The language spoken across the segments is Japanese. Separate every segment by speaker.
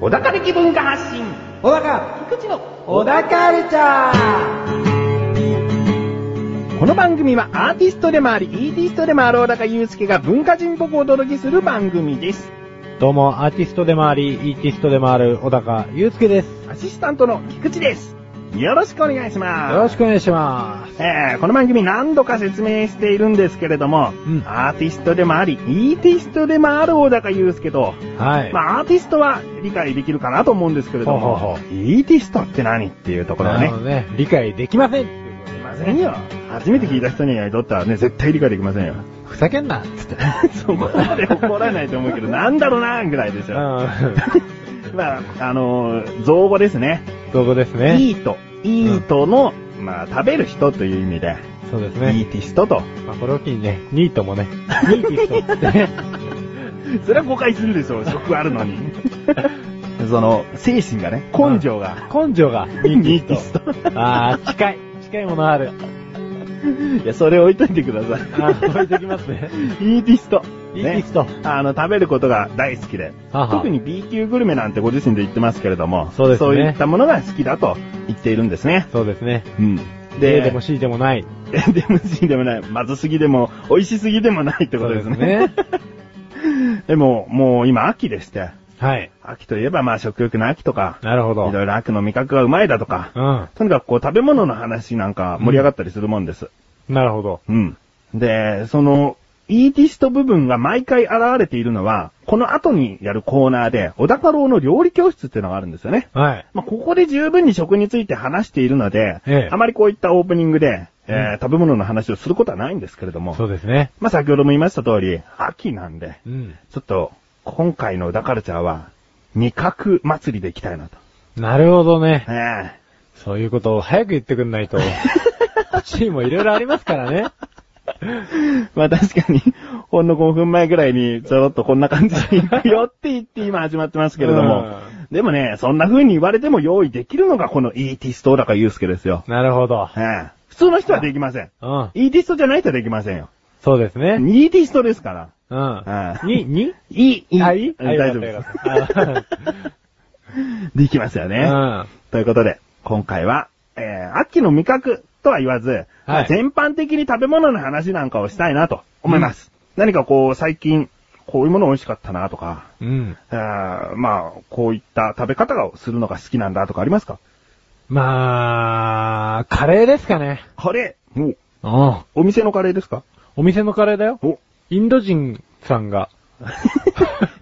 Speaker 1: 小高的文化発信
Speaker 2: 小高
Speaker 1: 菊池の
Speaker 2: 小高ルチャー
Speaker 1: この番組はアーティストでもあり、イーティストでもある小高祐介が文化人っぽくお届けする番組です。
Speaker 2: どうも、アーティストでもあり、イーティストでもある小高祐介です。
Speaker 1: アシスタントの菊池です。よろしくお願いし
Speaker 2: よろ
Speaker 1: ま
Speaker 2: しくお願いします。
Speaker 1: す。えー、この番組何度か説明しているんですけれど
Speaker 2: う
Speaker 1: も、
Speaker 2: ん
Speaker 1: アーティストでもあり、イーティストでもある小高祐介と、
Speaker 2: はい。
Speaker 1: まあアーティストは理解できるかなと思うんですけれども、
Speaker 2: ほうほうほ
Speaker 1: イーティストって何っていうところは
Speaker 2: なる
Speaker 1: ね
Speaker 2: ほ、どね、理解できませんっていうこと
Speaker 1: い
Speaker 2: で。
Speaker 1: ませんよ。初めて聞いた人にとってはね、絶対理解できませんよ。
Speaker 2: ふざけんなっつって。
Speaker 1: そこまで怒らないと思うけど、なんだろうなぐらいです
Speaker 2: う
Speaker 1: よ。
Speaker 2: ん。
Speaker 1: まあ、あのー造語ですね。
Speaker 2: どこですね。
Speaker 1: イート。イートの、まあ、食べる人という意味で、
Speaker 2: そうです
Speaker 1: イ
Speaker 2: ね。
Speaker 1: ーティストと。
Speaker 2: まあ、これを機にね、ニートもね、ニーティストってね。
Speaker 1: それは誤解するでしょう、食あるのに。 その、精神がね、根性 が。
Speaker 2: 根性がニーティスト。
Speaker 1: ニーティスト
Speaker 2: ああ、近い。近いものある。
Speaker 1: いや、それ置いといてください。
Speaker 2: あー置いときます ね。
Speaker 1: イーティスト。
Speaker 2: イーティスト
Speaker 1: ねあの、食べることが大好きで
Speaker 2: は。は
Speaker 1: 特に B 級グルメなんてご自身で言ってますけれども。
Speaker 2: そうですね
Speaker 1: そういったものが好きだと言っているんですね。
Speaker 2: そうですね。
Speaker 1: うん。
Speaker 2: A
Speaker 1: で、
Speaker 2: でも C でもない。
Speaker 1: でも C でもない。まずすぎでも、美味しすぎでもないってことですね。
Speaker 2: そうですね
Speaker 1: でも、もう今秋でして。
Speaker 2: はい。
Speaker 1: 秋といえば、まあ食欲の秋とか、
Speaker 2: なるほど。
Speaker 1: いろいろ秋の味覚がうまいだとか、
Speaker 2: うん。
Speaker 1: とにかくこう食べ物の話なんか盛り上がったりするもんです。
Speaker 2: なるほど。
Speaker 1: うん。で、その、イーティスト部分が毎回現れているのは、この後にやるコーナーで、小高郎の料理教室っていうのがあるんですよね。
Speaker 2: はい。
Speaker 1: まあ、ここで十分に食について話しているので、
Speaker 2: ええ
Speaker 1: あまりこういったオープニングで、えー食べ物の話をすることはないんですけれども、
Speaker 2: そうですね。
Speaker 1: まあ、先ほども言いました通り、秋なんで、
Speaker 2: うん。
Speaker 1: ちょっと、今回のダカルチャーは、味覚祭りでいきたいなと。
Speaker 2: なるほどね。
Speaker 1: え
Speaker 2: そういうことを早く言ってくんないと。チームもいろいろありますからね。
Speaker 1: えまあ確かに、ほんの5分前ぐらいに、ちょろっとこんな感じで行くよって言って今始まってますけれども。でもね、そんな風に言われても用意できるのがこの ET ストだからユースケですよ。
Speaker 2: なるほど。
Speaker 1: ええ普通の人はできません。
Speaker 2: うん。
Speaker 1: ET ストじゃない人はできませんよ。
Speaker 2: そうですね。
Speaker 1: ET ストですから。
Speaker 2: うん
Speaker 1: う。ん
Speaker 2: に、に
Speaker 1: いい、い
Speaker 2: あ、いい
Speaker 1: 大丈夫で。
Speaker 2: です
Speaker 1: できますよ ね。
Speaker 2: うん。
Speaker 1: ということで、今回は、えー、秋の味覚とは言わず、まあ全般的に食べ物の話なんかをしたいなと思います。何かこう、最近、こういうもの美味しかったなとか、
Speaker 2: うん。
Speaker 1: あーまあ、こういった食べ方をするのが好きなんだとかありますか
Speaker 2: まあ、カレーですかね。
Speaker 1: カレーお
Speaker 2: うん。
Speaker 1: お店のカレーですか
Speaker 2: お店のカレーだよ。
Speaker 1: お
Speaker 2: インド人さん が。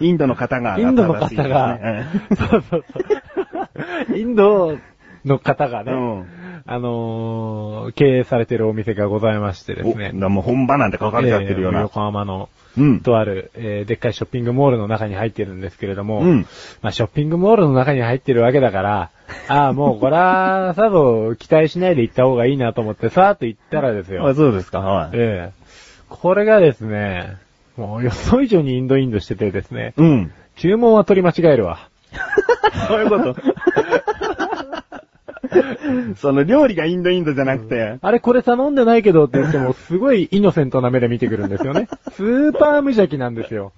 Speaker 1: インドの方が。
Speaker 2: インドの方
Speaker 1: 正
Speaker 2: が
Speaker 1: しいですね。
Speaker 2: そうそう そう。インドの方が
Speaker 1: う
Speaker 2: ね、
Speaker 1: ん。うん
Speaker 2: あのー経営されてるお店がございましてですね
Speaker 1: お。もう本場なんて書かれちゃってるよう
Speaker 2: えー
Speaker 1: な。
Speaker 2: 横浜の、
Speaker 1: うん。
Speaker 2: とある、えーでっかいショッピングモールの中に入ってるんですけれども、
Speaker 1: うん
Speaker 2: まあ、ショッピングモールの中に入ってるわけだ から、ああ、もうこれは、さぞ期待しないで行った方がいいなと思って、さーっと行ったらですよ。
Speaker 1: あそうですか。はい。
Speaker 2: ええこれがですね、もう予想以上にインドインドしててですね、
Speaker 1: うん。
Speaker 2: 注文は取り間違えるわ。
Speaker 1: そういうこと。その料理がインドインドじゃなくて、
Speaker 2: あれこれ頼んでないけどって言っても、すごいイノセントな目で見てくるんですよ ね。スーパー無邪気なんですよ。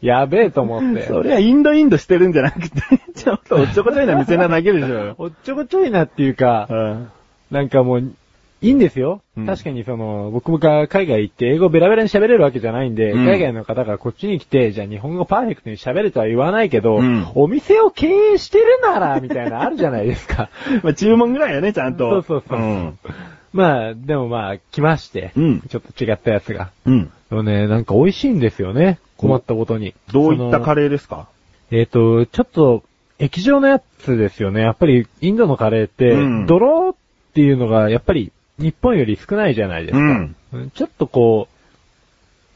Speaker 2: やべえと思って。
Speaker 1: それはインドインドしてるんじゃなく て、ちょっとおっちょこちょいな店なだけでしょうよ。
Speaker 2: おっちょこちょいなっていうか、
Speaker 1: うん
Speaker 2: なんかもう、いいんですよ、
Speaker 1: うん
Speaker 2: 確かにその、僕もか海外行って英語ベラベラに喋れるわけじゃないんで、
Speaker 1: うん
Speaker 2: 海外の方がこっちに来て、じゃあ日本語パーフェクトに喋れとは言わないけど、
Speaker 1: うん
Speaker 2: お店を経営してるなら、みたいなあるじゃないです か。
Speaker 1: まあ注文ぐらいはね、ちゃんと。
Speaker 2: そうそうそう。
Speaker 1: うん。
Speaker 2: まあ、でもまあ、来まして、
Speaker 1: うん
Speaker 2: ちょっと違ったやつが。
Speaker 1: うん。
Speaker 2: でもね、なんか美味しいんですよね。困ったことに。
Speaker 1: どういったカ
Speaker 2: レ
Speaker 1: レーですか
Speaker 2: えっ、と、ちょっと、液状のやつですよね。やっぱり、インドのカレーって、
Speaker 1: うん
Speaker 2: ドローっていうのが、やっぱり、日本より少ないじゃないですか。
Speaker 1: ん。
Speaker 2: ちょっとこ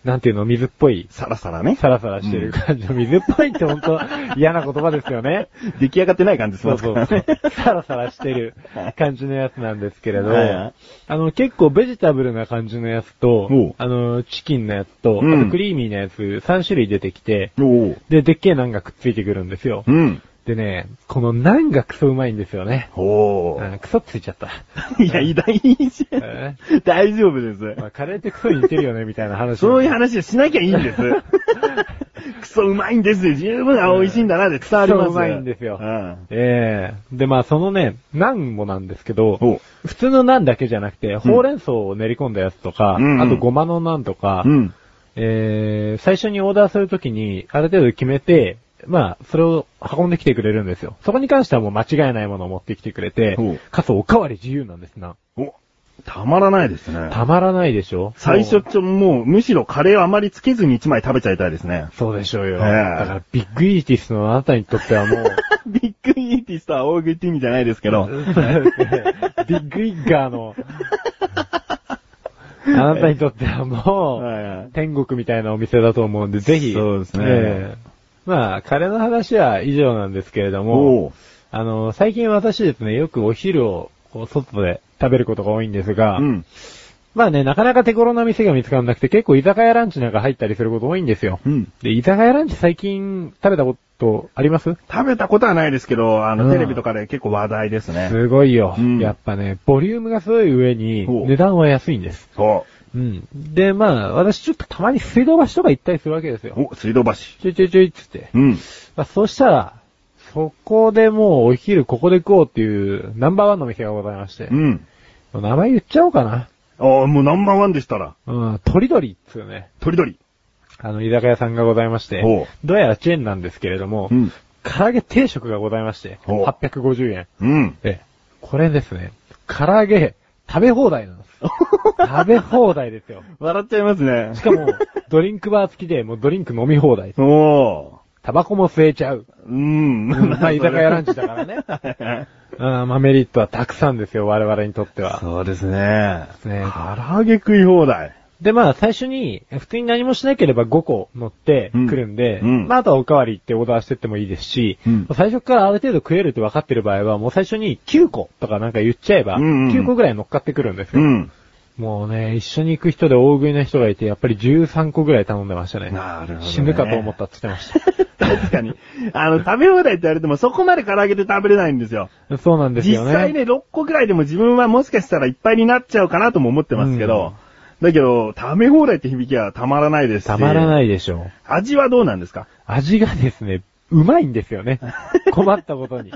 Speaker 2: う、なんていうの、水っぽい、
Speaker 1: サラサラね。
Speaker 2: サラサラしてる感じの、水っぽいって本当嫌な言葉ですよね。
Speaker 1: 出来上がってない感じし
Speaker 2: そ
Speaker 1: ま
Speaker 2: う
Speaker 1: すか
Speaker 2: そう
Speaker 1: ら
Speaker 2: そう
Speaker 1: ね。。
Speaker 2: サラサラしてる感じのやつなんですけれど、
Speaker 1: はいはい
Speaker 2: あの、結構ベジタブルな感じのやつ
Speaker 1: お
Speaker 2: と
Speaker 1: う、
Speaker 2: あの、チキンのやつと、
Speaker 1: うん
Speaker 2: あとクリーミーなやつ、3種類出てきて、
Speaker 1: おー
Speaker 2: で、でっけえなんかくっついてくるんですよ。
Speaker 1: うん。
Speaker 2: でね、このナンがクソうまいんですよね。
Speaker 1: お
Speaker 2: う
Speaker 1: ー。
Speaker 2: んクソついちゃった。
Speaker 1: いや、偉大じゃん。
Speaker 2: え
Speaker 1: 大丈夫
Speaker 2: ーま
Speaker 1: です。
Speaker 2: あカレーってクソに似てるよね、みたいな話。
Speaker 1: そういう話をしなきゃいいんです。 クソうまいんですよ。十分あ美味しいんだなで伝わりま
Speaker 2: ク
Speaker 1: す。
Speaker 2: ソうまいんですよ
Speaker 1: うん。
Speaker 2: ええで、まあそのね、ナンもなんですけど
Speaker 1: お、
Speaker 2: 普通のナンだけじゃなくて、ほうれん草を練り込んだやつとか、
Speaker 1: うん
Speaker 2: あとごまのナンとか、
Speaker 1: うん。
Speaker 2: ええ最初にオーダーするときに、ある程度決めて、まあ、それを運んできてくれるんですよ。そこに関してはもう間違いないものを持ってきてくれて
Speaker 1: おう、
Speaker 2: かつおかわり自由なんですな。
Speaker 1: お、たまらないですね。
Speaker 2: たまらないでしょ
Speaker 1: 最
Speaker 2: も
Speaker 1: 初
Speaker 2: う
Speaker 1: ちょ、もう、むしろカレーをあまりつけずに一枚食べちゃいたいです ね。
Speaker 2: そうでしょうよ。
Speaker 1: ええ
Speaker 2: だから、ビッグイーティスのあなたにとっては もう、
Speaker 1: ビッグイーティスとは大食いって意味じゃないですけ ど。
Speaker 2: ビッグイッガーの、あなたにとってはもう、
Speaker 1: はいはい
Speaker 2: 天国みたいなお店だと思うんで、ぜひ。
Speaker 1: そうですね
Speaker 2: ええまあ、彼の話は以上なんですけれど
Speaker 1: おう
Speaker 2: も、あの、最近私ですね、よくお昼をこう外で食べることが多いんですが、
Speaker 1: うん。
Speaker 2: まあね、なかなか手頃な店が見つからなくて、結構居酒屋ランチなんか入ったりすること多いんですよ。
Speaker 1: うん。
Speaker 2: で、居酒屋ランチ最近食べたことあります
Speaker 1: 食べたことはないですけど、あの、
Speaker 2: うん
Speaker 1: テレビとかで結構話題ですね。
Speaker 2: すごいよ、
Speaker 1: うん
Speaker 2: やっぱね、ボリュームがすごい上に、
Speaker 1: お
Speaker 2: 値段は安いんです。
Speaker 1: そ
Speaker 2: うん。で、まあ、私ちょっとたまに水道橋とか行ったりするわけですよ。
Speaker 1: う。お、水道橋。
Speaker 2: ちょいちょいちょいっつって。
Speaker 1: うん。
Speaker 2: まあ、そうしたら、そこでもうお昼ここで食おうっていうナンバーワンの店がございまして
Speaker 1: う。ん。
Speaker 2: 名前言っちゃおうかな。
Speaker 1: ああ、もうナンバーワンでしたら、
Speaker 2: うん、鳥鳥っつうね。
Speaker 1: 鳥鳥。
Speaker 2: あの、居酒屋さんがございまして
Speaker 1: おう。
Speaker 2: どうやらチェーンなんですけれども、
Speaker 1: うん。
Speaker 2: 唐揚げ定食がございまして。
Speaker 1: おう
Speaker 2: 850円。
Speaker 1: うん。
Speaker 2: ええ、これですね。唐揚げ、食べ放題なん です。食べ放題ですよ。
Speaker 1: 笑っちゃいますね。
Speaker 2: しかも、ドリンクバー付きで、もうドリンク飲み放題。
Speaker 1: おー。
Speaker 2: タバコも吸えちゃう。
Speaker 1: うん。
Speaker 2: まあ、居酒屋ランチだからね。 うん、まあ、メリットはたくさんですよ、我々にとっては。
Speaker 1: そうですね。
Speaker 2: ね
Speaker 1: 唐揚げ食い放題。
Speaker 2: で、まあ、最初に、普通に何もしなければ5個乗ってくるんで、
Speaker 1: うんうん
Speaker 2: まあ、あとはおかわりってオーダーしてってもいいですし、
Speaker 1: うん
Speaker 2: 最初からある程度食えるって分かってる場合は、もう最初に9個とかなんか言っちゃえば、
Speaker 1: うんうん
Speaker 2: 9個ぐらい乗っかってくるんです
Speaker 1: う
Speaker 2: よ。
Speaker 1: ん。
Speaker 2: もうね、一緒に行く人で大食いの人がいて、やっぱり13個ぐらい頼んでましたね。
Speaker 1: なるほどね
Speaker 2: 死ぬかと思ったって言ってまし
Speaker 1: 確かに。あの、食べ放題って言われてもそこまで唐揚げで食べれないんですよ。
Speaker 2: た。そうなんですよね。
Speaker 1: 実際ね、6個ぐらいでも自分はもしかしたらいっぱいになっちゃうかなとも思ってますけど、だけど、食べ放題って響きはたまらないですし。
Speaker 2: たまら
Speaker 1: い。
Speaker 2: ないでしょう。
Speaker 1: 味はどうなんですか
Speaker 2: 味がですね、うまいんですよ ね。困ったことに。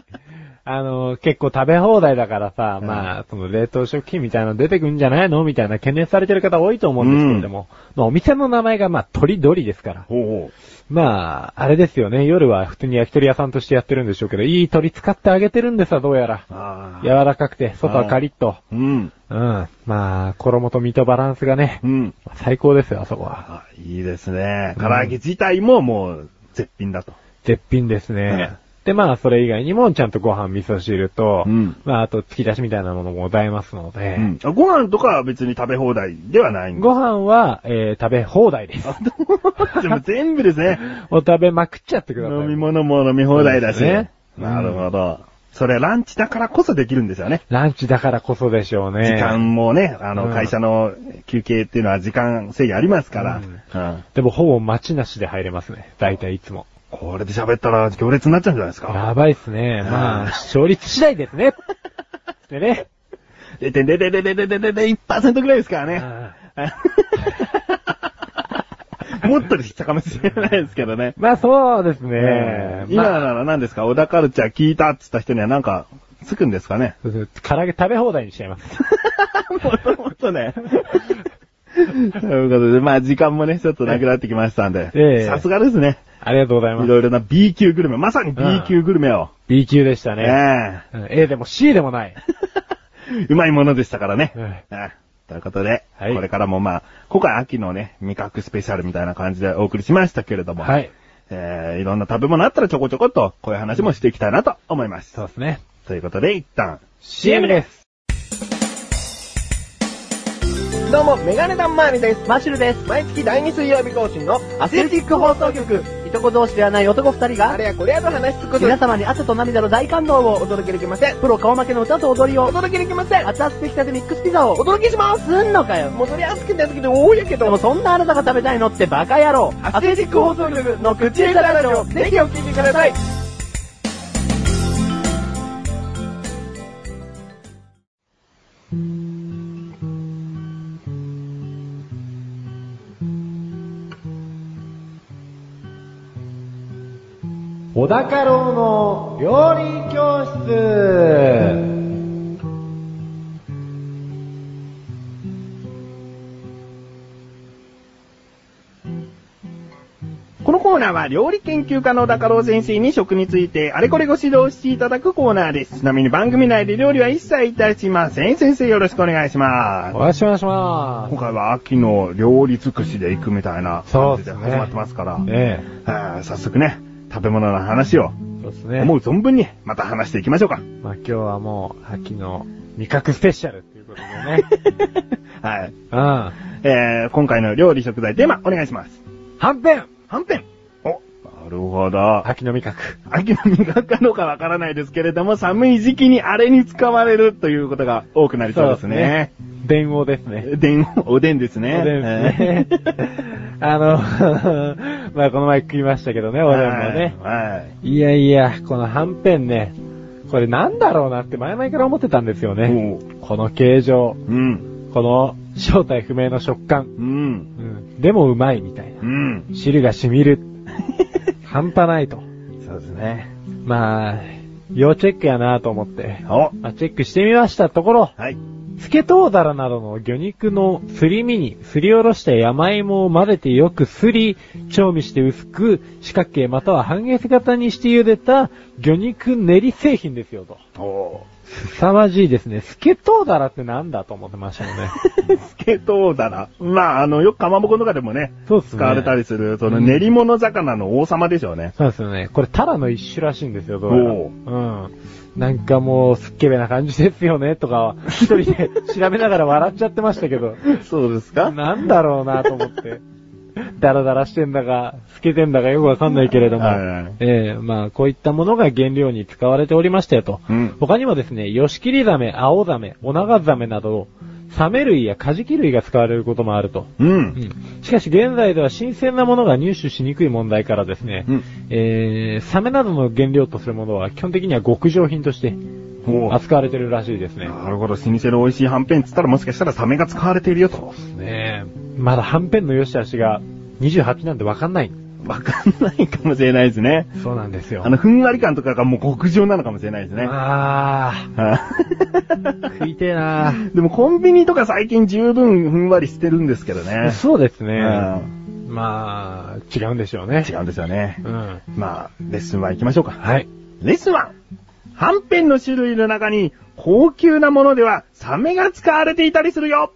Speaker 2: あの、結構食べ放題だからさ、
Speaker 1: うん
Speaker 2: まあ、その冷凍食品みたいなの出てくんじゃないのみたいな懸念されてる方多いと思うんですけれども、まあお店の名前がまあ、鳥鳥ですから。
Speaker 1: ほうほ
Speaker 2: まあ、あれですよね、夜は普通に焼き鳥屋さんとしてやってるんでしょうけど、いい鳥使ってあげてるんですわ、どうやら
Speaker 1: う。。あ
Speaker 2: 柔らかくて、外はカリッと。
Speaker 1: うん。
Speaker 2: うん。まあ、衣と身とバランスがね
Speaker 1: う、ん。
Speaker 2: 最高ですよ、あそこは。
Speaker 1: あいいですね。唐揚げ自体ももう絶品だと。
Speaker 2: 絶品ですね。
Speaker 1: うん
Speaker 2: で、まあ、それ以外にも、ちゃんとご飯、味噌汁と、
Speaker 1: うん
Speaker 2: まあ、あと、突き出しみたいなものもございますので、
Speaker 1: うんあご飯とかは別に食べ放題ではないんで。
Speaker 2: ご飯は、えー、食べ放題です。
Speaker 1: でも全部ですね。
Speaker 2: お食べまくっちゃってください。
Speaker 1: 飲み物も飲み放題だし。
Speaker 2: そうですね
Speaker 1: なるほど。それランチだからこそできるんですよね。
Speaker 2: ランチだからこそでしょうね。
Speaker 1: 時間もね、あの、
Speaker 2: うん
Speaker 1: 会社の休憩っていうのは時間制限ありますから、うん
Speaker 2: でも、ほぼ待ちなしで入れますね。大体いつも。
Speaker 1: これで喋ったら行列になっちゃうんじゃないですか。
Speaker 2: やばいっすね。まあ、勝率次第ですね。でね。
Speaker 1: で、で、で、で、で、で、で、で、で、で、1%ぐらいですからね。
Speaker 2: あー
Speaker 1: もっとできたかもしれないですけどね。
Speaker 2: まあ、そうですね。
Speaker 1: ええ今
Speaker 2: まあ
Speaker 1: なら何ですか小田カルチャー聞いたっつった人にはなんか、つくんですかね
Speaker 2: そうそう唐揚げ食べ放題にしちゃいます。
Speaker 1: もともとね。ということで、まあ時間もね、ちょっとなくなってきましたん
Speaker 2: ええ
Speaker 1: で。さすがですね。
Speaker 2: ありがとうございま
Speaker 1: い
Speaker 2: す。
Speaker 1: ろいろな B 級グルメ、まさに B 級グルメを。
Speaker 2: B 級でした
Speaker 1: え
Speaker 2: ね。
Speaker 1: え
Speaker 2: うん A でも C でもない。
Speaker 1: うまいものでしたからね。
Speaker 2: うん
Speaker 1: うんということで、
Speaker 2: はい
Speaker 1: これからもまあ、今回秋のね、味覚スペシャルみたいな感じでお送りしましたけれども、
Speaker 2: はい。
Speaker 1: えー、いろんな食べ物あったらちょこちょこっと、こういう話もしていきたいなと思います。
Speaker 2: そうですね。
Speaker 1: ということで、一旦、
Speaker 2: CM です。
Speaker 3: どうも、メガネタンマーニです。マシュルです。毎月第2水曜日更新のアスレティック放送局。いとこ同士ではない男二人が、あれやこれやと話しつく皆様に汗と涙の大感動をお届けできません。プロ顔負けの歌と踊りをお届けできません。熱々できたてミックスピザをお届けします。すんのかよ。もうそれ熱くなったけど多いやけど。でもそんなあなたが食べたいのってバカ野郎。アスレティック放送局の口枝ラジオ、ぜひお聞きください。
Speaker 2: 小高郎の料理教室
Speaker 1: このコーナーは料理研究家の高郎先生に食についてあれこれご指導していただくコーナーです。ちなみに番組内で料理は一切いたしません。先生よろしくお願いします。
Speaker 2: お願いします。ま
Speaker 1: 今回は秋の料理尽くしで行くみたいな
Speaker 2: そう
Speaker 1: 感
Speaker 2: で
Speaker 1: じ
Speaker 2: す
Speaker 1: で
Speaker 2: ね
Speaker 1: 始まってますから、
Speaker 2: え
Speaker 1: あー早速ね、食べ物の話を
Speaker 2: え。そうですね。
Speaker 1: 思う存分にまた話していきましょうか。
Speaker 2: まあ、今日はもう、秋の味覚スペシャルっていうことでね。
Speaker 1: はい。
Speaker 2: うん。は
Speaker 1: えー、今回の料理食材テーマお願いします。
Speaker 2: んぺん
Speaker 1: はんぺん。お、なるほど。
Speaker 2: 秋の味覚。
Speaker 1: 秋の味覚かどうかわからないですけれども、寒い時期にあれに使われるということが多くなりそうですね。
Speaker 2: 電話ですね。
Speaker 1: でん、おでんですね。
Speaker 2: おでん ですね。あの、 まあこの前食いましたけどね、
Speaker 1: えー
Speaker 2: おでんもね。
Speaker 1: はいはい。
Speaker 2: いやいや、このはんぺんね、これなんだろうなって前々から思ってたんですよね。
Speaker 1: おう
Speaker 2: この形状、
Speaker 1: うん。
Speaker 2: この正体不明の食感。
Speaker 1: うん。
Speaker 2: うん、でもうまいみたいな。
Speaker 1: うん。
Speaker 2: 汁が染みる。半端ないと。
Speaker 1: そうですね。
Speaker 2: まあ、要チェックやなと思って。
Speaker 1: お。
Speaker 2: まあ、チェックしてみましたところ、
Speaker 1: はい。
Speaker 2: スケトウダラなどの魚肉のすり身にすりおろした山芋を混ぜてよくすり、調味して薄く四角形または半月型にして茹でた魚肉練り製品ですよと。
Speaker 1: お
Speaker 2: 凄まじいですね。スケトウダラってなんだと思ってましたよね。
Speaker 1: うスケトウダラ。まあ、あの、よくかまぼことかでもね、
Speaker 2: そうですね。
Speaker 1: 使われたりする、その練り物魚の王様でしょうね。
Speaker 2: そうですよね。これタラの一種らしいんですよ、どうやら。
Speaker 1: お
Speaker 2: うん。なんかもう、すっけべな感じですよね、とか、一人で調べながら笑っちゃってましたけど。
Speaker 1: そうですか
Speaker 2: なんだろうなと思って。ダラダラしてんだか、透けてんだかよくわかんないけれども。
Speaker 1: はいはい
Speaker 2: ええまあ、こういったものが原料に使われておりましたよと。
Speaker 1: うん。
Speaker 2: 他にもですね、ヨシキリザメ、アオザメ、オナガザメなど、サメ類やカジキ類が使われることもあると。
Speaker 1: う。
Speaker 2: うんんしかし現在では新鮮なものが入手しにくい問題からですね、
Speaker 1: うん
Speaker 2: えー、サメなどの原料とするものは基本的には極上品として
Speaker 1: おう
Speaker 2: 扱われてるらしいですね。
Speaker 1: なるほど、老舗の美味しいはんぺんっつったらもしかしたらサメが使われているよと。
Speaker 2: ねえまだはんぺんの良し悪しが28なんでわかんない。
Speaker 1: わかんないかもしれないですね。
Speaker 2: そうなんですよ。
Speaker 1: あの、ふんわり感とかがもう極上なのかもしれないですね。
Speaker 2: あー、食いてえな
Speaker 1: でもコンビニとか最近十分ふんわりしてるんですけどね。
Speaker 2: そうです
Speaker 1: う
Speaker 2: ね。
Speaker 1: ん
Speaker 2: まあ、違うんでしょうね。
Speaker 1: 違うんですよね。
Speaker 2: うん。
Speaker 1: まあ、レッスン1行きましょうか。
Speaker 2: はい。
Speaker 1: レッスン 1! はんぺんの種類の中に、高級なものではサメが使われていたりするよ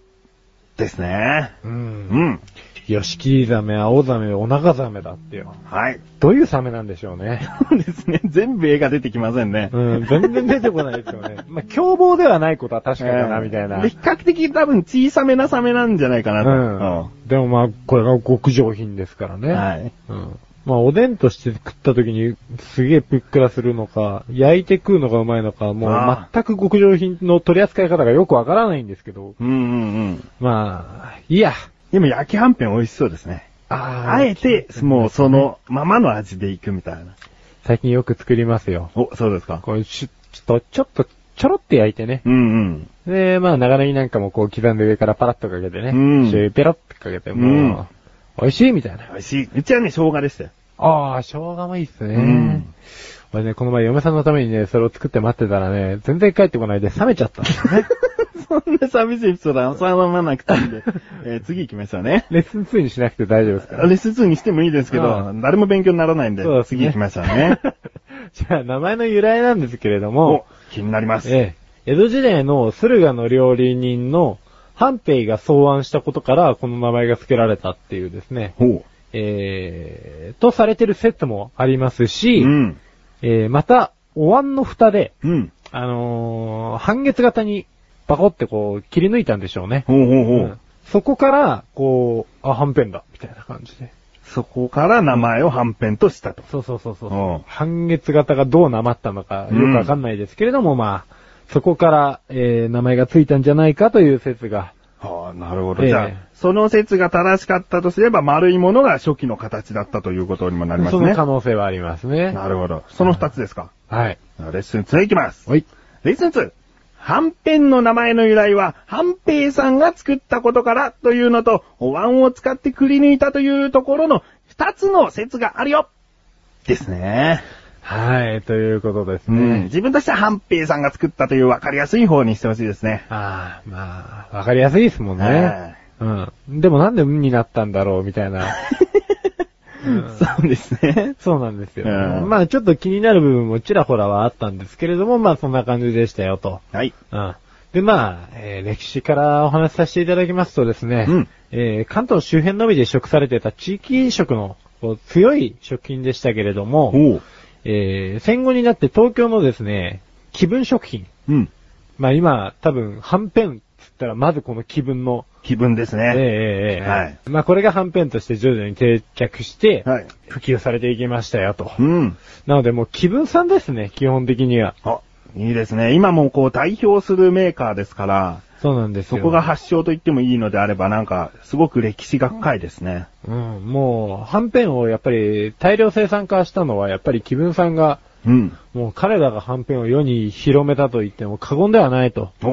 Speaker 1: ですね。
Speaker 2: う。
Speaker 1: うんん。
Speaker 2: ヨシキリザメ、アオザメ、オナガザメだってよ。
Speaker 1: はい。
Speaker 2: どういうサメなんでしょうね。
Speaker 1: そう ですね。全部絵が出てきませんね。
Speaker 2: うん、全然出てこないですよね。まあ、凶暴ではないことは確かだな、みたいな。
Speaker 1: で比較的多分小さめなサメなんじゃないかなと。
Speaker 2: うん。でもまあ、これが極上品ですからね。
Speaker 1: うんはい。
Speaker 2: うん。まあ、おでんとして食った時に、すげえぷっくらするのか、焼いて食うのがうまいのか、もう
Speaker 1: あ
Speaker 2: 全く極上品の取り扱い方がよくわからないんですけど、
Speaker 1: うんうんうん。
Speaker 2: まあ、いいや。
Speaker 1: でも焼きはんぺん美味しそうですね。
Speaker 2: あ
Speaker 1: あえて、もうそのままの味でいくみたいな。
Speaker 2: 最近よく作りますよ。
Speaker 1: お、そうですか。
Speaker 2: こう、しちょっと、ちょっと、ちょろって焼いてね。
Speaker 1: うん
Speaker 2: で、まあ、長ネギなんかもこう刻んで上からパラッとかけてね。
Speaker 1: うん
Speaker 2: 醤油ペロッとかけて、もう、
Speaker 1: うん
Speaker 2: 美味しいみたいな
Speaker 1: うん。。美味しい。うちはね、生姜でしたよ。
Speaker 2: ああ、生姜もいいっすね。
Speaker 1: うん
Speaker 2: 俺ね、この前嫁さんのためにね、それを作って待ってたらね、全然帰ってこないで冷めちゃったんだ よね。
Speaker 1: そんな寂しいエピソードは収まらなくていい んで、えー次行きましょうね。
Speaker 2: レッスン2にしなくて大丈夫ですか
Speaker 1: レッスン2にしてもいいですけ
Speaker 2: う
Speaker 1: ど、誰も勉強にならないんで、
Speaker 2: そうですね
Speaker 1: 次行きましょうね。
Speaker 2: じゃあ、名前の由来なんですけれど
Speaker 1: お
Speaker 2: も、、
Speaker 1: 気になります。
Speaker 2: ええ、江戸時代の駿河の料理人の半平が草案したことから、この名前が付けられたっていうですね、
Speaker 1: ほ
Speaker 2: えー、とされてる説もあります
Speaker 1: う。
Speaker 2: し、
Speaker 1: うん。
Speaker 2: えー、また、お椀の蓋で、
Speaker 1: うん。
Speaker 2: あのー、半月型にバコってこう切り抜いたんでしょうね。
Speaker 1: ほうほうほ
Speaker 2: う。
Speaker 1: うん
Speaker 2: そこから、こう、あ、はんぺんだ、みたいな感じで。
Speaker 1: そこから名前をはんぺんとしたと。。
Speaker 2: そうそうそうそううん半月型がどうなまったのか、よくわかんないですけれども、まあ、そこから、えー、名前がついたんじゃないかという説が、
Speaker 1: はあ、なるほど。
Speaker 2: ええ
Speaker 1: じゃあ、その説が正しかったとすれば、丸いものが初期の形だったということにもなります
Speaker 2: その
Speaker 1: ね
Speaker 2: 可。能性はありますね。
Speaker 1: なるほど。その二つですか。
Speaker 2: はい。
Speaker 1: レッスン2いきます。
Speaker 2: はい。
Speaker 1: レッスン 2! はんぺんの名前の由来は、はんぺいさんが作ったことからというのと、お椀を使ってくり抜いたというところの二つの説があるよですね。
Speaker 2: はい、ということです
Speaker 1: う
Speaker 2: ね。
Speaker 1: ん。自分としてははんぺいさんが作ったというわかりやすい方にしてほしいですね。
Speaker 2: ああ、まあ、わかりやすいですもん
Speaker 1: は
Speaker 2: ね。うん。でもなんで無になったんだろう、みたいな。うん
Speaker 1: そうですね。
Speaker 2: そうなんですよ。
Speaker 1: うん
Speaker 2: まあちょっと気になる部分もちらほらはあったんですけれども、まあそんな感じでしたよと。
Speaker 1: はい。
Speaker 2: うん。でまあ、えー歴史からお話しさせていただきますとですね、
Speaker 1: うん
Speaker 2: えー関東周辺のみで食されてた地域飲食のこう強い食品でしたけれども、
Speaker 1: おう。
Speaker 2: えー戦後になって東京のですね、気分食品。
Speaker 1: うん。
Speaker 2: まあ今、多分、はんぺんっつったらまずこの気分の
Speaker 1: 気分です
Speaker 2: ええ
Speaker 1: ね。
Speaker 2: ええええ
Speaker 1: はい
Speaker 2: まあこれがはんぺんとして徐々に定着して、
Speaker 1: はい。
Speaker 2: 普及されていきましたよと。
Speaker 1: うん。
Speaker 2: なのでもう気分さんですね、基本的には。
Speaker 1: あ、いいですね。今もこう代表するメーカーですから、
Speaker 2: そうなんです
Speaker 1: そ
Speaker 2: よ。
Speaker 1: こが、発祥と言ってもいいのであれば、なんか、すごく歴史が深いですね。
Speaker 2: うん、もう、はんぺんをやっぱり大量生産化したのは、やっぱり気分さんが、
Speaker 1: うん。
Speaker 2: もう彼らがはんぺんを世に広めたと言っても過言ではないと。
Speaker 1: お、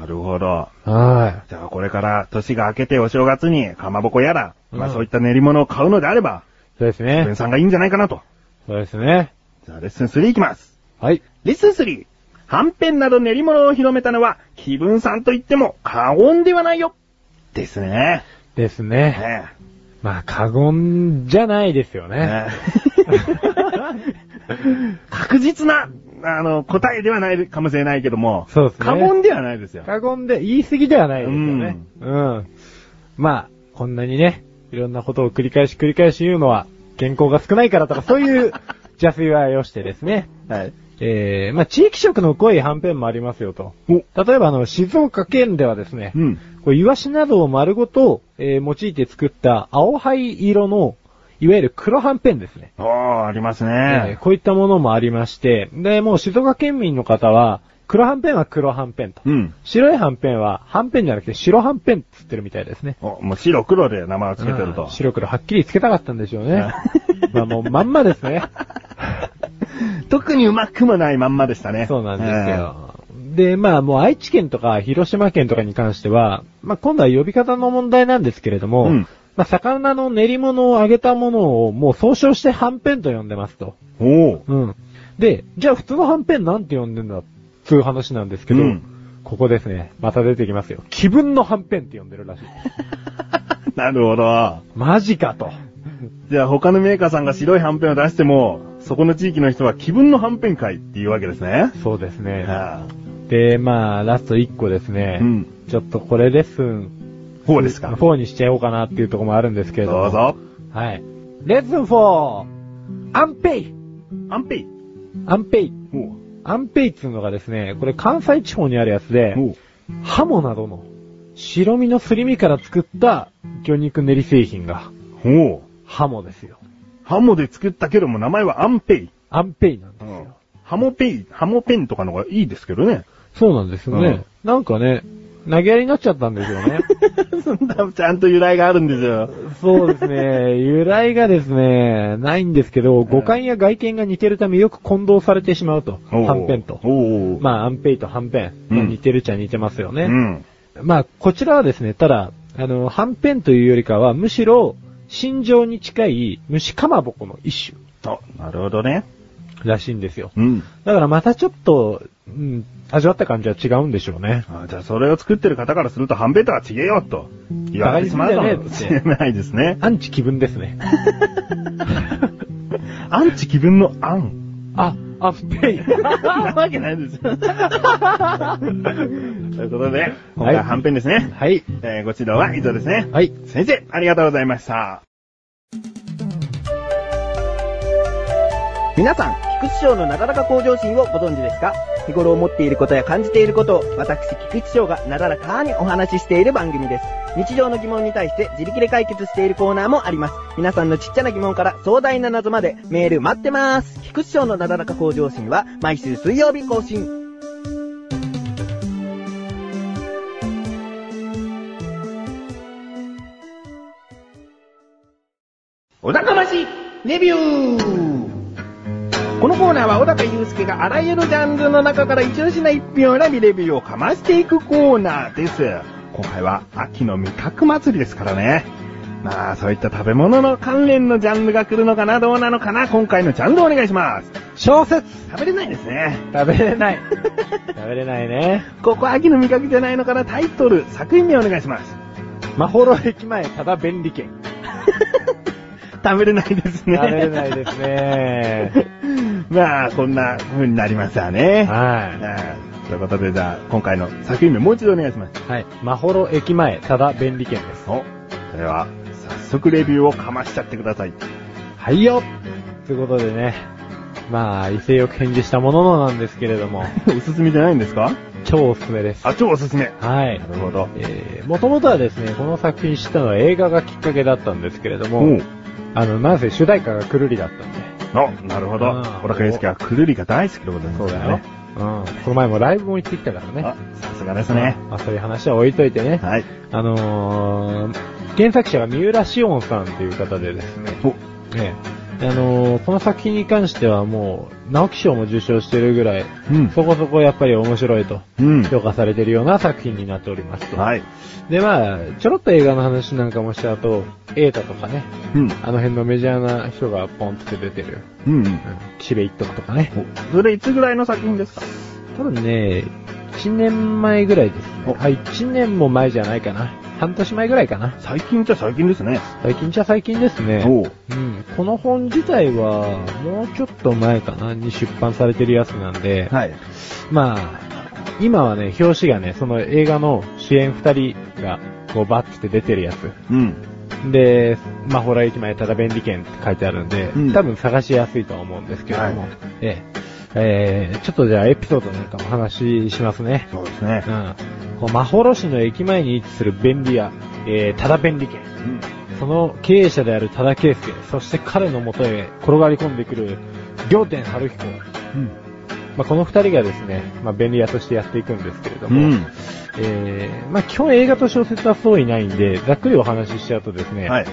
Speaker 1: なるほど。
Speaker 2: は
Speaker 1: じゃあこれから年が明けてお正月にかまぼこやら、まあ
Speaker 2: うん
Speaker 1: そういった練り物を買うのであれば、
Speaker 2: い。そうです
Speaker 1: レッ
Speaker 2: ね。
Speaker 1: スン3がいいんじゃないかなと。
Speaker 2: そうですね。
Speaker 1: じゃあレッスン3いきます。
Speaker 2: はい。
Speaker 1: レッスン 3! はんぺんなど練り物を広めたのは、気分さんと言っても過言ではないよですね。
Speaker 2: ですね。
Speaker 1: ねえ
Speaker 2: まあ、過言じゃないですよ ね。
Speaker 1: 確実な、あの、答えではないかもしれないけども、
Speaker 2: そうですね
Speaker 1: 過言ではないですよ。
Speaker 2: 過言で言い過ぎではないですよね。うん。まあ、こんなにね、いろんなことを繰り返し繰り返し言うのは、原稿が少ないからとか、そういう 邪推はよしてですね。
Speaker 1: はい。
Speaker 2: えー、まあ、地域色の濃いはんぺんもありますよと。
Speaker 1: お、
Speaker 2: 例えば、あの、静岡県ではですね、
Speaker 1: うん。
Speaker 2: こうイワシなどを丸ごと、えー用いて作った青灰色の、いわゆる黒はんぺんですね。
Speaker 1: おー、あります
Speaker 2: えー
Speaker 1: ね。
Speaker 2: こういったものもありまして、で、もう静岡県民の方は、黒はんぺんは黒はんぺんと。
Speaker 1: うん。
Speaker 2: 白いはんぺんは、はんぺんじゃなくて白はんぺんって言ってるみたいですね。
Speaker 1: お、もう白黒で名前をつけてる
Speaker 2: うん
Speaker 1: と。
Speaker 2: 白黒はっきりつけたかったんでしょうね。まあもうまんまです ね。
Speaker 1: 特にうまくもないまんまでしたね。
Speaker 2: そうなんですよ。で、まあもう愛知県とか広島県とかに関しては、まあ今度は呼び方の問題なんですけれども、
Speaker 1: うん
Speaker 2: まあ魚の練り物を揚げたものをもう総称してはんぺんと呼んでますと。
Speaker 1: えー。おー。
Speaker 2: うん。で、じゃあ普通のはんぺんなんて呼んでんだっていう話なんですけど、
Speaker 1: うん
Speaker 2: ここですね、また出てきますよ。気分のはんぺんって呼んでるらしい。
Speaker 1: なるほど。
Speaker 2: マジかと。
Speaker 1: じゃあ他のメーカーさんが白いはんぺんを出しても、そこの地域の人は気分のはんぺん会っていうわけですね。
Speaker 2: そうですね。
Speaker 1: は
Speaker 2: で、まあ、ラスト1個ですね。
Speaker 1: うん
Speaker 2: ちょっとこれレッスン
Speaker 1: い。ほうですか。
Speaker 2: 4にしちゃおうかなっていうところもあるんですけれども。
Speaker 1: どう。ぞ。
Speaker 2: はい。レッスン 4! アンペイ
Speaker 1: はんぺい。
Speaker 2: アンペイ
Speaker 1: おう。
Speaker 2: アンペイっていうのがですね、これ関西地方にあるやつで、
Speaker 1: おう。
Speaker 2: ハモなどの白身のすり身から作った魚肉練り製品が
Speaker 1: おう。
Speaker 2: ハモですよ。
Speaker 1: ハモで作ったけども名前はアンペイ。
Speaker 2: アンペイなんですよ。
Speaker 1: ハモペイ、ハモペンとかのがいいですけどね。
Speaker 2: そうなんですよね。なんかね、投げやりになっちゃったんですよ ね。
Speaker 1: そんな、 ちゃんと由来があるんですよ。
Speaker 2: そうですね。由来がですね、ないんですけど、五感や外見が似てるためよく混同されてしまうと。
Speaker 1: おう
Speaker 2: はんぺんと
Speaker 1: お。うおう。
Speaker 2: まあ、アンペイとはんぺん。
Speaker 1: うん
Speaker 2: まあ似てるっちゃ似てますよ
Speaker 1: う
Speaker 2: ね。
Speaker 1: ん。
Speaker 2: まあ、こちらはですね、ただ、あの、はんぺんというよりかは、むしろ、心情に近い虫かまぼこの一種
Speaker 1: あ、なるほどね。
Speaker 2: らしいんですよ。
Speaker 1: うん。
Speaker 2: だからまたちょっと、うん、味わった感じは違うんでしょうね。
Speaker 1: あじゃあ、それを作ってる方からすると、ハンベタは違えよ、と。言われてしまうかも しれないですね。
Speaker 2: アンチ気分ですね。
Speaker 1: アンチ気分のアン。
Speaker 2: あ、アンペ イ。
Speaker 1: なわけないですよ。 ということで、今回ははんぺんですね。
Speaker 2: はい。
Speaker 1: えーご指導は以上ですね。
Speaker 2: はい。
Speaker 1: 先生、ありがとうございました。
Speaker 3: 皆さん、菊池賞のなだらか向上心をご存知ですか日頃思っていることや感じていることを、私、菊池翔がなだらかにお話ししている番組です。日常の疑問に対して自力で解決しているコーナーもあります。皆さんのちっちゃな疑問から壮大な謎までメール待ってます。菊池賞のなだらか向上心は毎週水曜日更新。
Speaker 1: お高ましレビューこのコーナーは小高祐介があらゆるジャンルの中から一押しな一品を選びレビューをかましていくコーナーです。今回は秋の味覚祭りですからね。まあ、そういった食べ物の関連のジャンルが来るのかな、どうなのかな、今回のジャンルお願いします。
Speaker 2: 小説
Speaker 1: 食べれないですね。
Speaker 2: 食べれない。食べれないね。
Speaker 1: ここ秋の味覚じゃないのかな、タイトル、作品名お願いします。
Speaker 2: まほろ駅前、ただ便利券。
Speaker 1: 食べれないです
Speaker 2: 食べ
Speaker 1: ね。
Speaker 2: れないですね。
Speaker 1: まあ、こんな風になりましたね。
Speaker 2: は
Speaker 1: うんということで、じゃあ、今回の作品名もう一度お願いします。
Speaker 2: い。はい。まほろ駅前、ただ便利券です。
Speaker 1: お、それは、早速レビューをかましちゃってください。
Speaker 2: はいよということでね、まあ、威勢よく返事したもののなんですけれど も、
Speaker 1: おすすめじゃないんですか
Speaker 2: 超おすすめです。
Speaker 1: あ、超おすすめ。
Speaker 2: はい
Speaker 1: な。るほど。
Speaker 2: えー、もともとはですね、この作品知ったのは映画がきっかけだったんですけれど
Speaker 1: お
Speaker 2: も
Speaker 1: う、
Speaker 2: あの、なんせ主題歌がくるりだったんで、
Speaker 1: あ、なるほど
Speaker 2: うん。
Speaker 1: 小高祐介はくるりが大好きってことですね。
Speaker 2: ね。うん。この前もライブも行ってきたからね。
Speaker 1: あ、さすがですね。
Speaker 2: まあ、そういう話は置いといてね。
Speaker 1: はい。
Speaker 2: あのー、原作者が三浦紫音さんという方でですね、
Speaker 1: お、
Speaker 2: ねあのー、この作品に関してはもう、直木賞も受賞してるぐらい、
Speaker 1: うん。
Speaker 2: そこそこやっぱり面白いと、
Speaker 1: うん。
Speaker 2: 評価されてるような作品になっておりますと。
Speaker 1: はい。
Speaker 2: で、まあ、ちょろっと映画の話なんかもした後、エータとかね、
Speaker 1: うん。
Speaker 2: あの辺のメジャーな人がポンって出てる。
Speaker 1: うん
Speaker 2: う。ん。岸辺一徳とかね。
Speaker 1: おそれいつぐらいの作品ですか
Speaker 2: 多分ね、1年前ぐらいですね
Speaker 1: お。
Speaker 2: はい、1年も前じゃないかな。半年前ぐらいかな。
Speaker 1: 最近じゃ最近ですね。
Speaker 2: 最近じゃ最近ですね。
Speaker 1: おう。
Speaker 2: うん。この本自体は、もうちょっと前かな、に出版されてるやつなんで、
Speaker 1: はい。
Speaker 2: まあ、今はね、表紙がね、その映画の主演二人が、こうバッて出てるやつ。
Speaker 1: うん。
Speaker 2: で、まあ、ほら駅前ただ便利券って書いてあるんで、
Speaker 1: うん
Speaker 2: 多分探しやすいとは思うんですけれども、
Speaker 1: はい
Speaker 2: えええーちょっとじゃあエピソードなんかお話ししますね。
Speaker 1: そうですね
Speaker 2: う。ん。こう、まほろ市の駅前に位置する便利屋、えー、ただ便利券。
Speaker 1: うん。
Speaker 2: その経営者である多田圭介、そして彼の元へ転がり込んでくる行天春彦。まあ、この二人がですね、まあ、便利屋としてやっていくんですけれど
Speaker 1: う
Speaker 2: も、
Speaker 1: ん。
Speaker 2: えーまあ、基本映画と小説はそういないんで、ざっくりお話ししちゃうとですね、
Speaker 1: はい。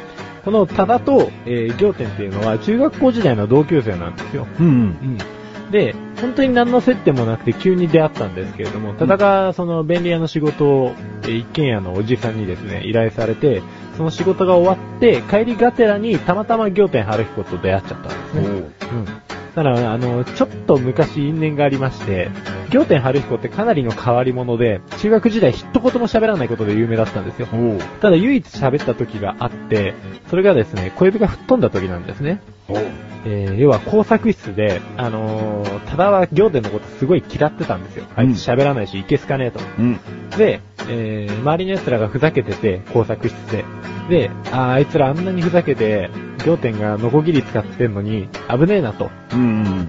Speaker 2: この多田と、えー、行天っていうのは中学校時代の同級生なんですよ。
Speaker 1: うん。
Speaker 2: で、本当に何の接点もなくて急に出会ったんですけれども、ただが、その便利屋の仕事を、えー一軒家のおじさんにですね、依頼されて、その仕事が終わって、帰りがてらにたまたま行天春彦と出会っちゃったんです
Speaker 1: お
Speaker 2: ね。
Speaker 1: う。
Speaker 2: うん。ただから、あの、ちょっと昔因縁がありまして、行天春彦ってかなりの変わり者で、中学時代一言も喋らないことで有名だったんですよ。
Speaker 1: おう。
Speaker 2: ただ唯一喋った時があって、それがですね、小指が吹っ飛んだ時なんですね。
Speaker 1: おう。
Speaker 2: えー要は工作室で、あのー、ただは行伝のことすごい嫌ってたんですよ。あいつ喋らないし、いけすかねえと。
Speaker 1: うん。
Speaker 2: で、えー周りの奴らがふざけてて、工作室で。で、あーあいつらあんなにふざけて、行伝がノコギリ使ってんのに、危ねえなと。
Speaker 1: うん。
Speaker 2: うん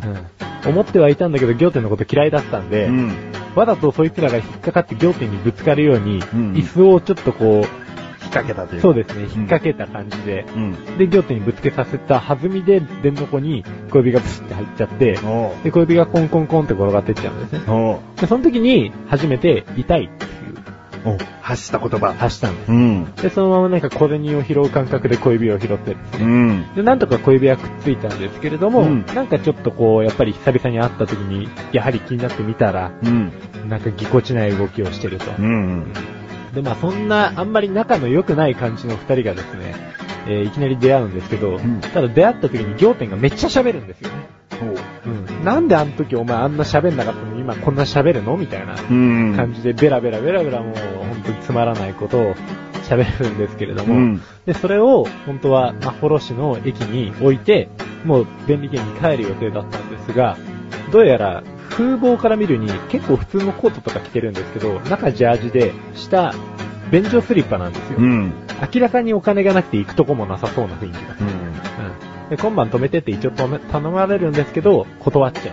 Speaker 2: 思ってはいたんだけど、行伝のこと嫌いだったんで、
Speaker 1: うん。
Speaker 2: わざとそいつらが引っかかって行伝にぶつかるように、
Speaker 1: ん
Speaker 2: 椅子をちょっとこ、
Speaker 1: 引っ掛けたというう。
Speaker 2: そう
Speaker 1: で
Speaker 2: ですね、引っ掛けた感じで、
Speaker 1: す。うん。
Speaker 2: で、行手にぶつけさせた弾みで、電の子に小指がプスって入っちゃって、
Speaker 1: おう。
Speaker 2: で、小指がコンコンコンって転がってっちゃうんですね。
Speaker 1: おう。
Speaker 2: で、その時に、初めて、痛いっていう、
Speaker 1: おう。発した言葉。
Speaker 2: 発したんで
Speaker 1: うん。
Speaker 2: す。で、そのままなんか小銭を拾う感覚で小指を拾ってですね。
Speaker 1: うん。
Speaker 2: で、なんとか小指はくっついたんですけれども、
Speaker 1: うん
Speaker 2: なんかちょっとこう、やっぱり久々に会った時に、やはり気になってみたら、
Speaker 1: うん。
Speaker 2: なんかぎこちない動きをしてると。
Speaker 1: うん。
Speaker 2: で、まあそんな、あんまり仲の良くない感じの二人がですね、えーいきなり出会うんですけど、
Speaker 1: ん
Speaker 2: ただ出会った時に行天がめっちゃ喋るんですよね。
Speaker 1: おう。
Speaker 2: うん。なんであの時お前あんな喋んなかったのに今こんな喋るのみたいな
Speaker 1: うん。
Speaker 2: 感じでベラベラベラベラもう本当につまらないことを喋るんですけれども、
Speaker 1: うん
Speaker 2: で、それを本当はまほろ市の駅に置いて、もう便利券に帰る予定だったんですが、どうやら風貌から見るに結構普通のコートとか着てるんですけど、中ジャージで、下、便所スリッパなんですよ。
Speaker 1: うん。
Speaker 2: 明らかにお金がなくて行くとこもなさそうな雰囲気だった。
Speaker 1: うん。
Speaker 2: うん。で、今晩止めてって一応止め頼まれるんですけど、断っちゃ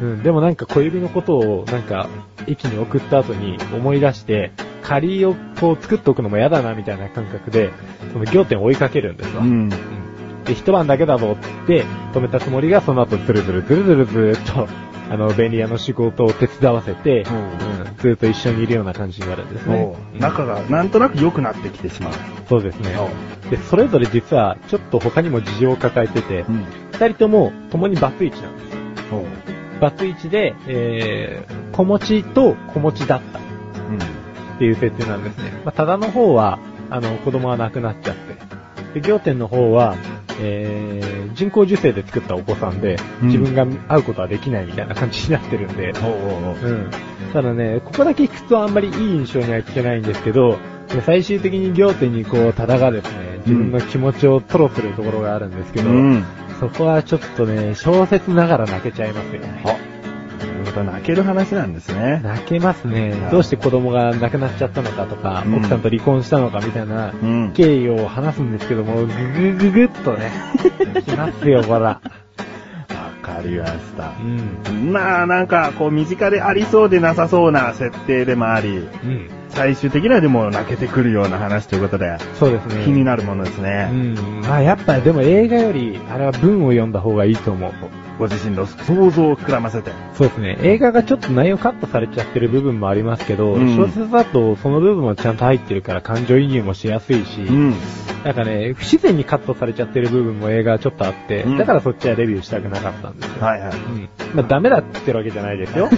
Speaker 2: う。うん。でもなんか小指のことを、なんか、駅に送った後に思い出して、仮をこう作っておくのも嫌だなみたいな感覚で、その行点を追いかけるんですわ。
Speaker 1: う。ん。
Speaker 2: で、一晩だけだぞって止めたつもりが、その後ずるずるずるずるずるっと、あの、便利屋の仕事を手伝わせて、
Speaker 1: うん
Speaker 2: うんずっと一緒にいるような感じになるんですね
Speaker 1: お。う。仲がなんとなく良くなってきてしまう。
Speaker 2: そうですね。で、それぞれ実は、ちょっと他にも事情を抱えてて、
Speaker 1: ん。
Speaker 2: 二人とも、共にバツイチなんですよ。
Speaker 1: そう。
Speaker 2: バツイチで、えー、小持ちと小持ちだったっ
Speaker 1: うん。
Speaker 2: ていう設定なんですね。まあ、ただの方は、あの、子供が亡くなっちゃって。で、行天の方は、えー、人工授精で作ったお子さんで、
Speaker 1: うん
Speaker 2: 自分が会うことはできないみたいな感じになってるんで、
Speaker 1: おうおうおう
Speaker 2: うん。ただね、ここだけ聞くとあんまりいい印象には聞けないんですけど、で最終的に行手にこう、ただがですね、自分の気持ちを吐露するところがあるんですけど、
Speaker 1: うん。
Speaker 2: そこはちょっとね、小説ながら泣けちゃいますよね。
Speaker 1: あ、また泣ける話なんですね。
Speaker 2: 泣けますね。どうして子供が亡くなっちゃったのかとか、
Speaker 1: うん
Speaker 2: 奥さんと離婚したのかみたいな
Speaker 1: うん。
Speaker 2: 経緯を話すんですけども、ぐぐぐぐっと ね、きますよ、ほら。
Speaker 1: わかりました
Speaker 2: う。ん。
Speaker 1: まあなんか、こう身近でありそうでなさそうな設定でもあり、
Speaker 2: うん。
Speaker 1: 最終的にはでも泣けてくるような話ということで、
Speaker 2: そうですね。
Speaker 1: 気になるものです
Speaker 2: う
Speaker 1: ね。
Speaker 2: ん。まあやっぱでも映画より、あれは文を読んだ方がいいと思う。
Speaker 1: ご自身の想像を膨らませて。
Speaker 2: そうですね。映画がちょっと内容カットされちゃってる部分もありますけど、
Speaker 1: うん
Speaker 2: 小説だとその部分もちゃんと入ってるから感情移入もしやすいし、
Speaker 1: うん。
Speaker 2: なんかね、不自然にカットされちゃってる部分も映画はちょっとあって、
Speaker 1: うん
Speaker 2: だからそっちはレビューしたくなかったんですよ。
Speaker 1: はいはい。
Speaker 2: うん。まあダメだって言ってるわけじゃないです よ。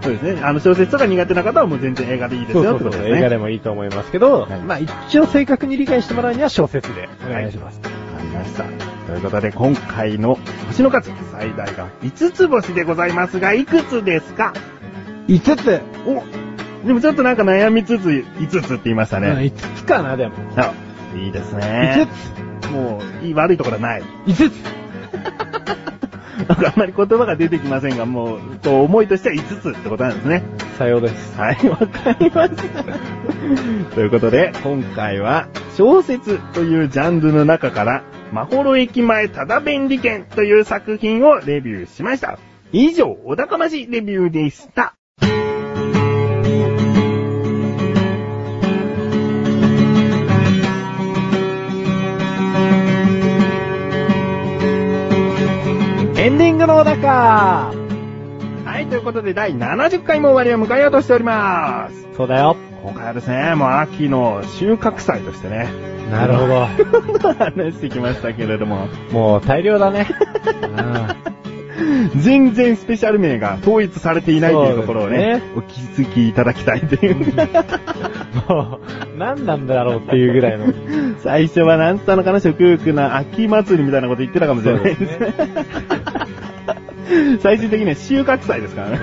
Speaker 1: そうですね。あの小説とか苦手な方はもう全然映画でいいですよってことです ね。
Speaker 2: 映画でもいいと思いますけど、
Speaker 1: はい
Speaker 2: まあ一応正確に理解してもらうには小説でお願いします。
Speaker 1: わかりました。ということで、今回の星の数、最大が5つ星でございますが、いくつですか
Speaker 2: 5つ
Speaker 1: おでもちょっとなんか悩みつつ、5つって言いましたね。
Speaker 2: 5つかな、でも。
Speaker 1: あいいです
Speaker 2: 5
Speaker 1: ね。
Speaker 2: つ
Speaker 1: もう、いい悪いところはない。
Speaker 2: !5 つ
Speaker 1: なんかあんまり言葉が出てきませんが、もう、と思いとしては5つってことなんですね。
Speaker 2: さようです。
Speaker 1: はい、わかりました。ということで、今回は、小説というジャンルの中から、まほろ駅前ただ便利券という作品をレビューしました。以上、お高ましレビューでした。
Speaker 2: エンディングの小高
Speaker 1: はい、ということで第70回も終わりを迎えようとしております。
Speaker 2: そうだよ。
Speaker 1: 今回はですね、もう秋の収穫祭としてね、
Speaker 2: なるほど。
Speaker 1: 話してきましたけれども、
Speaker 2: もう大量だ ね。
Speaker 1: 全然スペシャル名が統一されていないというところをね、
Speaker 2: そ
Speaker 1: お気づきいただきたいと いう。
Speaker 2: もう、何なんだろうっていうぐらいの。
Speaker 1: 最初はなんつったのかな、食欲な秋祭りみたいなこと言ってたかもしれないですね。最終的には収穫祭ですからね。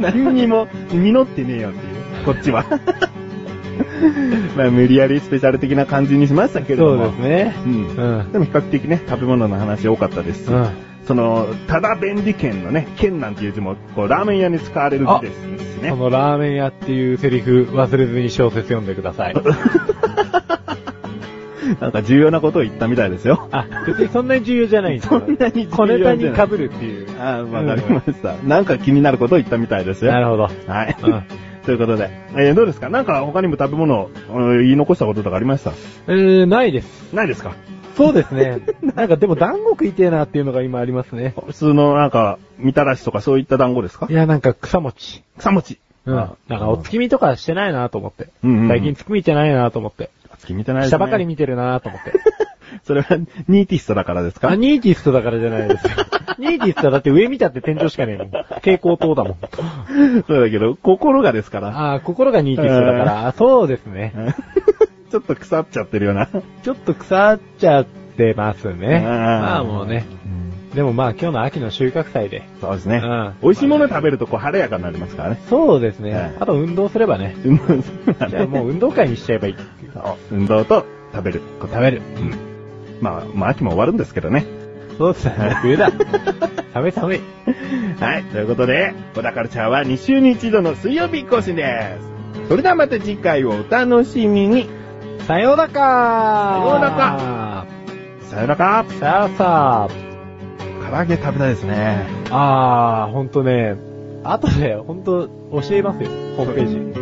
Speaker 1: 何にも実ってねえよっていう、こっちは。まあ無理やりスペシャル的な感じにしましたけれ
Speaker 2: そ
Speaker 1: ど
Speaker 2: う
Speaker 1: も。
Speaker 2: ですね。
Speaker 1: うん
Speaker 2: うん。
Speaker 1: でも比較的ね、食べ物の話多かったですし、
Speaker 2: うん。
Speaker 1: その、ただ便利券のね、券なんていう字も、こう、ラーメン屋に使われる字ですしね
Speaker 2: こ。のラーメン屋っていうセリフ忘れずに小説読んでください。
Speaker 1: なんか重要なことを言ったみたいですよ。
Speaker 2: あ、別にそんなに重要じゃないんですよ
Speaker 1: そんなに重要じゃない
Speaker 2: 小ネタに被るっていう。
Speaker 1: ああ、わかりました。なんか気になることを言ったみたいですよ。
Speaker 2: なるほど。
Speaker 1: はい。
Speaker 2: うん。
Speaker 1: ということで、えーどうですかなんか他にも食べ物、うん言い残したこととかありました
Speaker 2: えー、ないです。
Speaker 1: ないですか
Speaker 2: そうですね。 なんかでも団子食いてえなっていうのが今ありますね。
Speaker 1: 普通のなんか、みたらしとかそういった団子ですか
Speaker 2: いや、なんか草餅。
Speaker 1: 草餅。
Speaker 2: うん。なんかお月見とかしてないなと思って。
Speaker 1: うんうんうん
Speaker 2: 最近月見てないなと思って。
Speaker 1: 月見てないです
Speaker 2: 下
Speaker 1: ね。
Speaker 2: ばかり見てるなと思って。
Speaker 1: それは、ニーティストだからです
Speaker 2: あ、
Speaker 1: か
Speaker 2: ニーティストだからじゃないですよ。ニーティストはだって上見たって天井しかねえもん。蛍光灯 だもん。
Speaker 1: そうだけど、心がですから。
Speaker 2: ああ、心がニーティストだから、そうですね。
Speaker 1: ちょっと腐っちゃってるような。
Speaker 2: ちょっと腐っちゃってますね。
Speaker 1: うん
Speaker 2: まあもうね。でもまあ今日の秋の収穫祭で。
Speaker 1: そうですね
Speaker 2: うん。
Speaker 1: 美味しいもの食べるとこう晴れやかになりますからね。
Speaker 2: そうですね。
Speaker 1: うん
Speaker 2: あと運動すればね。
Speaker 1: うんそうだ
Speaker 2: じゃあ
Speaker 1: ね
Speaker 2: もう運動会にしちゃえばいい。
Speaker 1: そう運動と食べること。
Speaker 2: 食べる。
Speaker 1: まあ、まあ秋も終わるんですけどね。
Speaker 2: そうですね。冬 だ。寒い寒い。
Speaker 1: はい。ということで、小田カルチャーは2週に1度の水曜日更新です。それではまた次回をお楽しみに。
Speaker 2: さようだか
Speaker 1: ようだ
Speaker 2: か
Speaker 1: さよなら。
Speaker 2: さよさ
Speaker 1: 唐揚げ食べたいですね。
Speaker 2: あー、ほんとね。あとで、ほんと、教えますよ。ホームページ。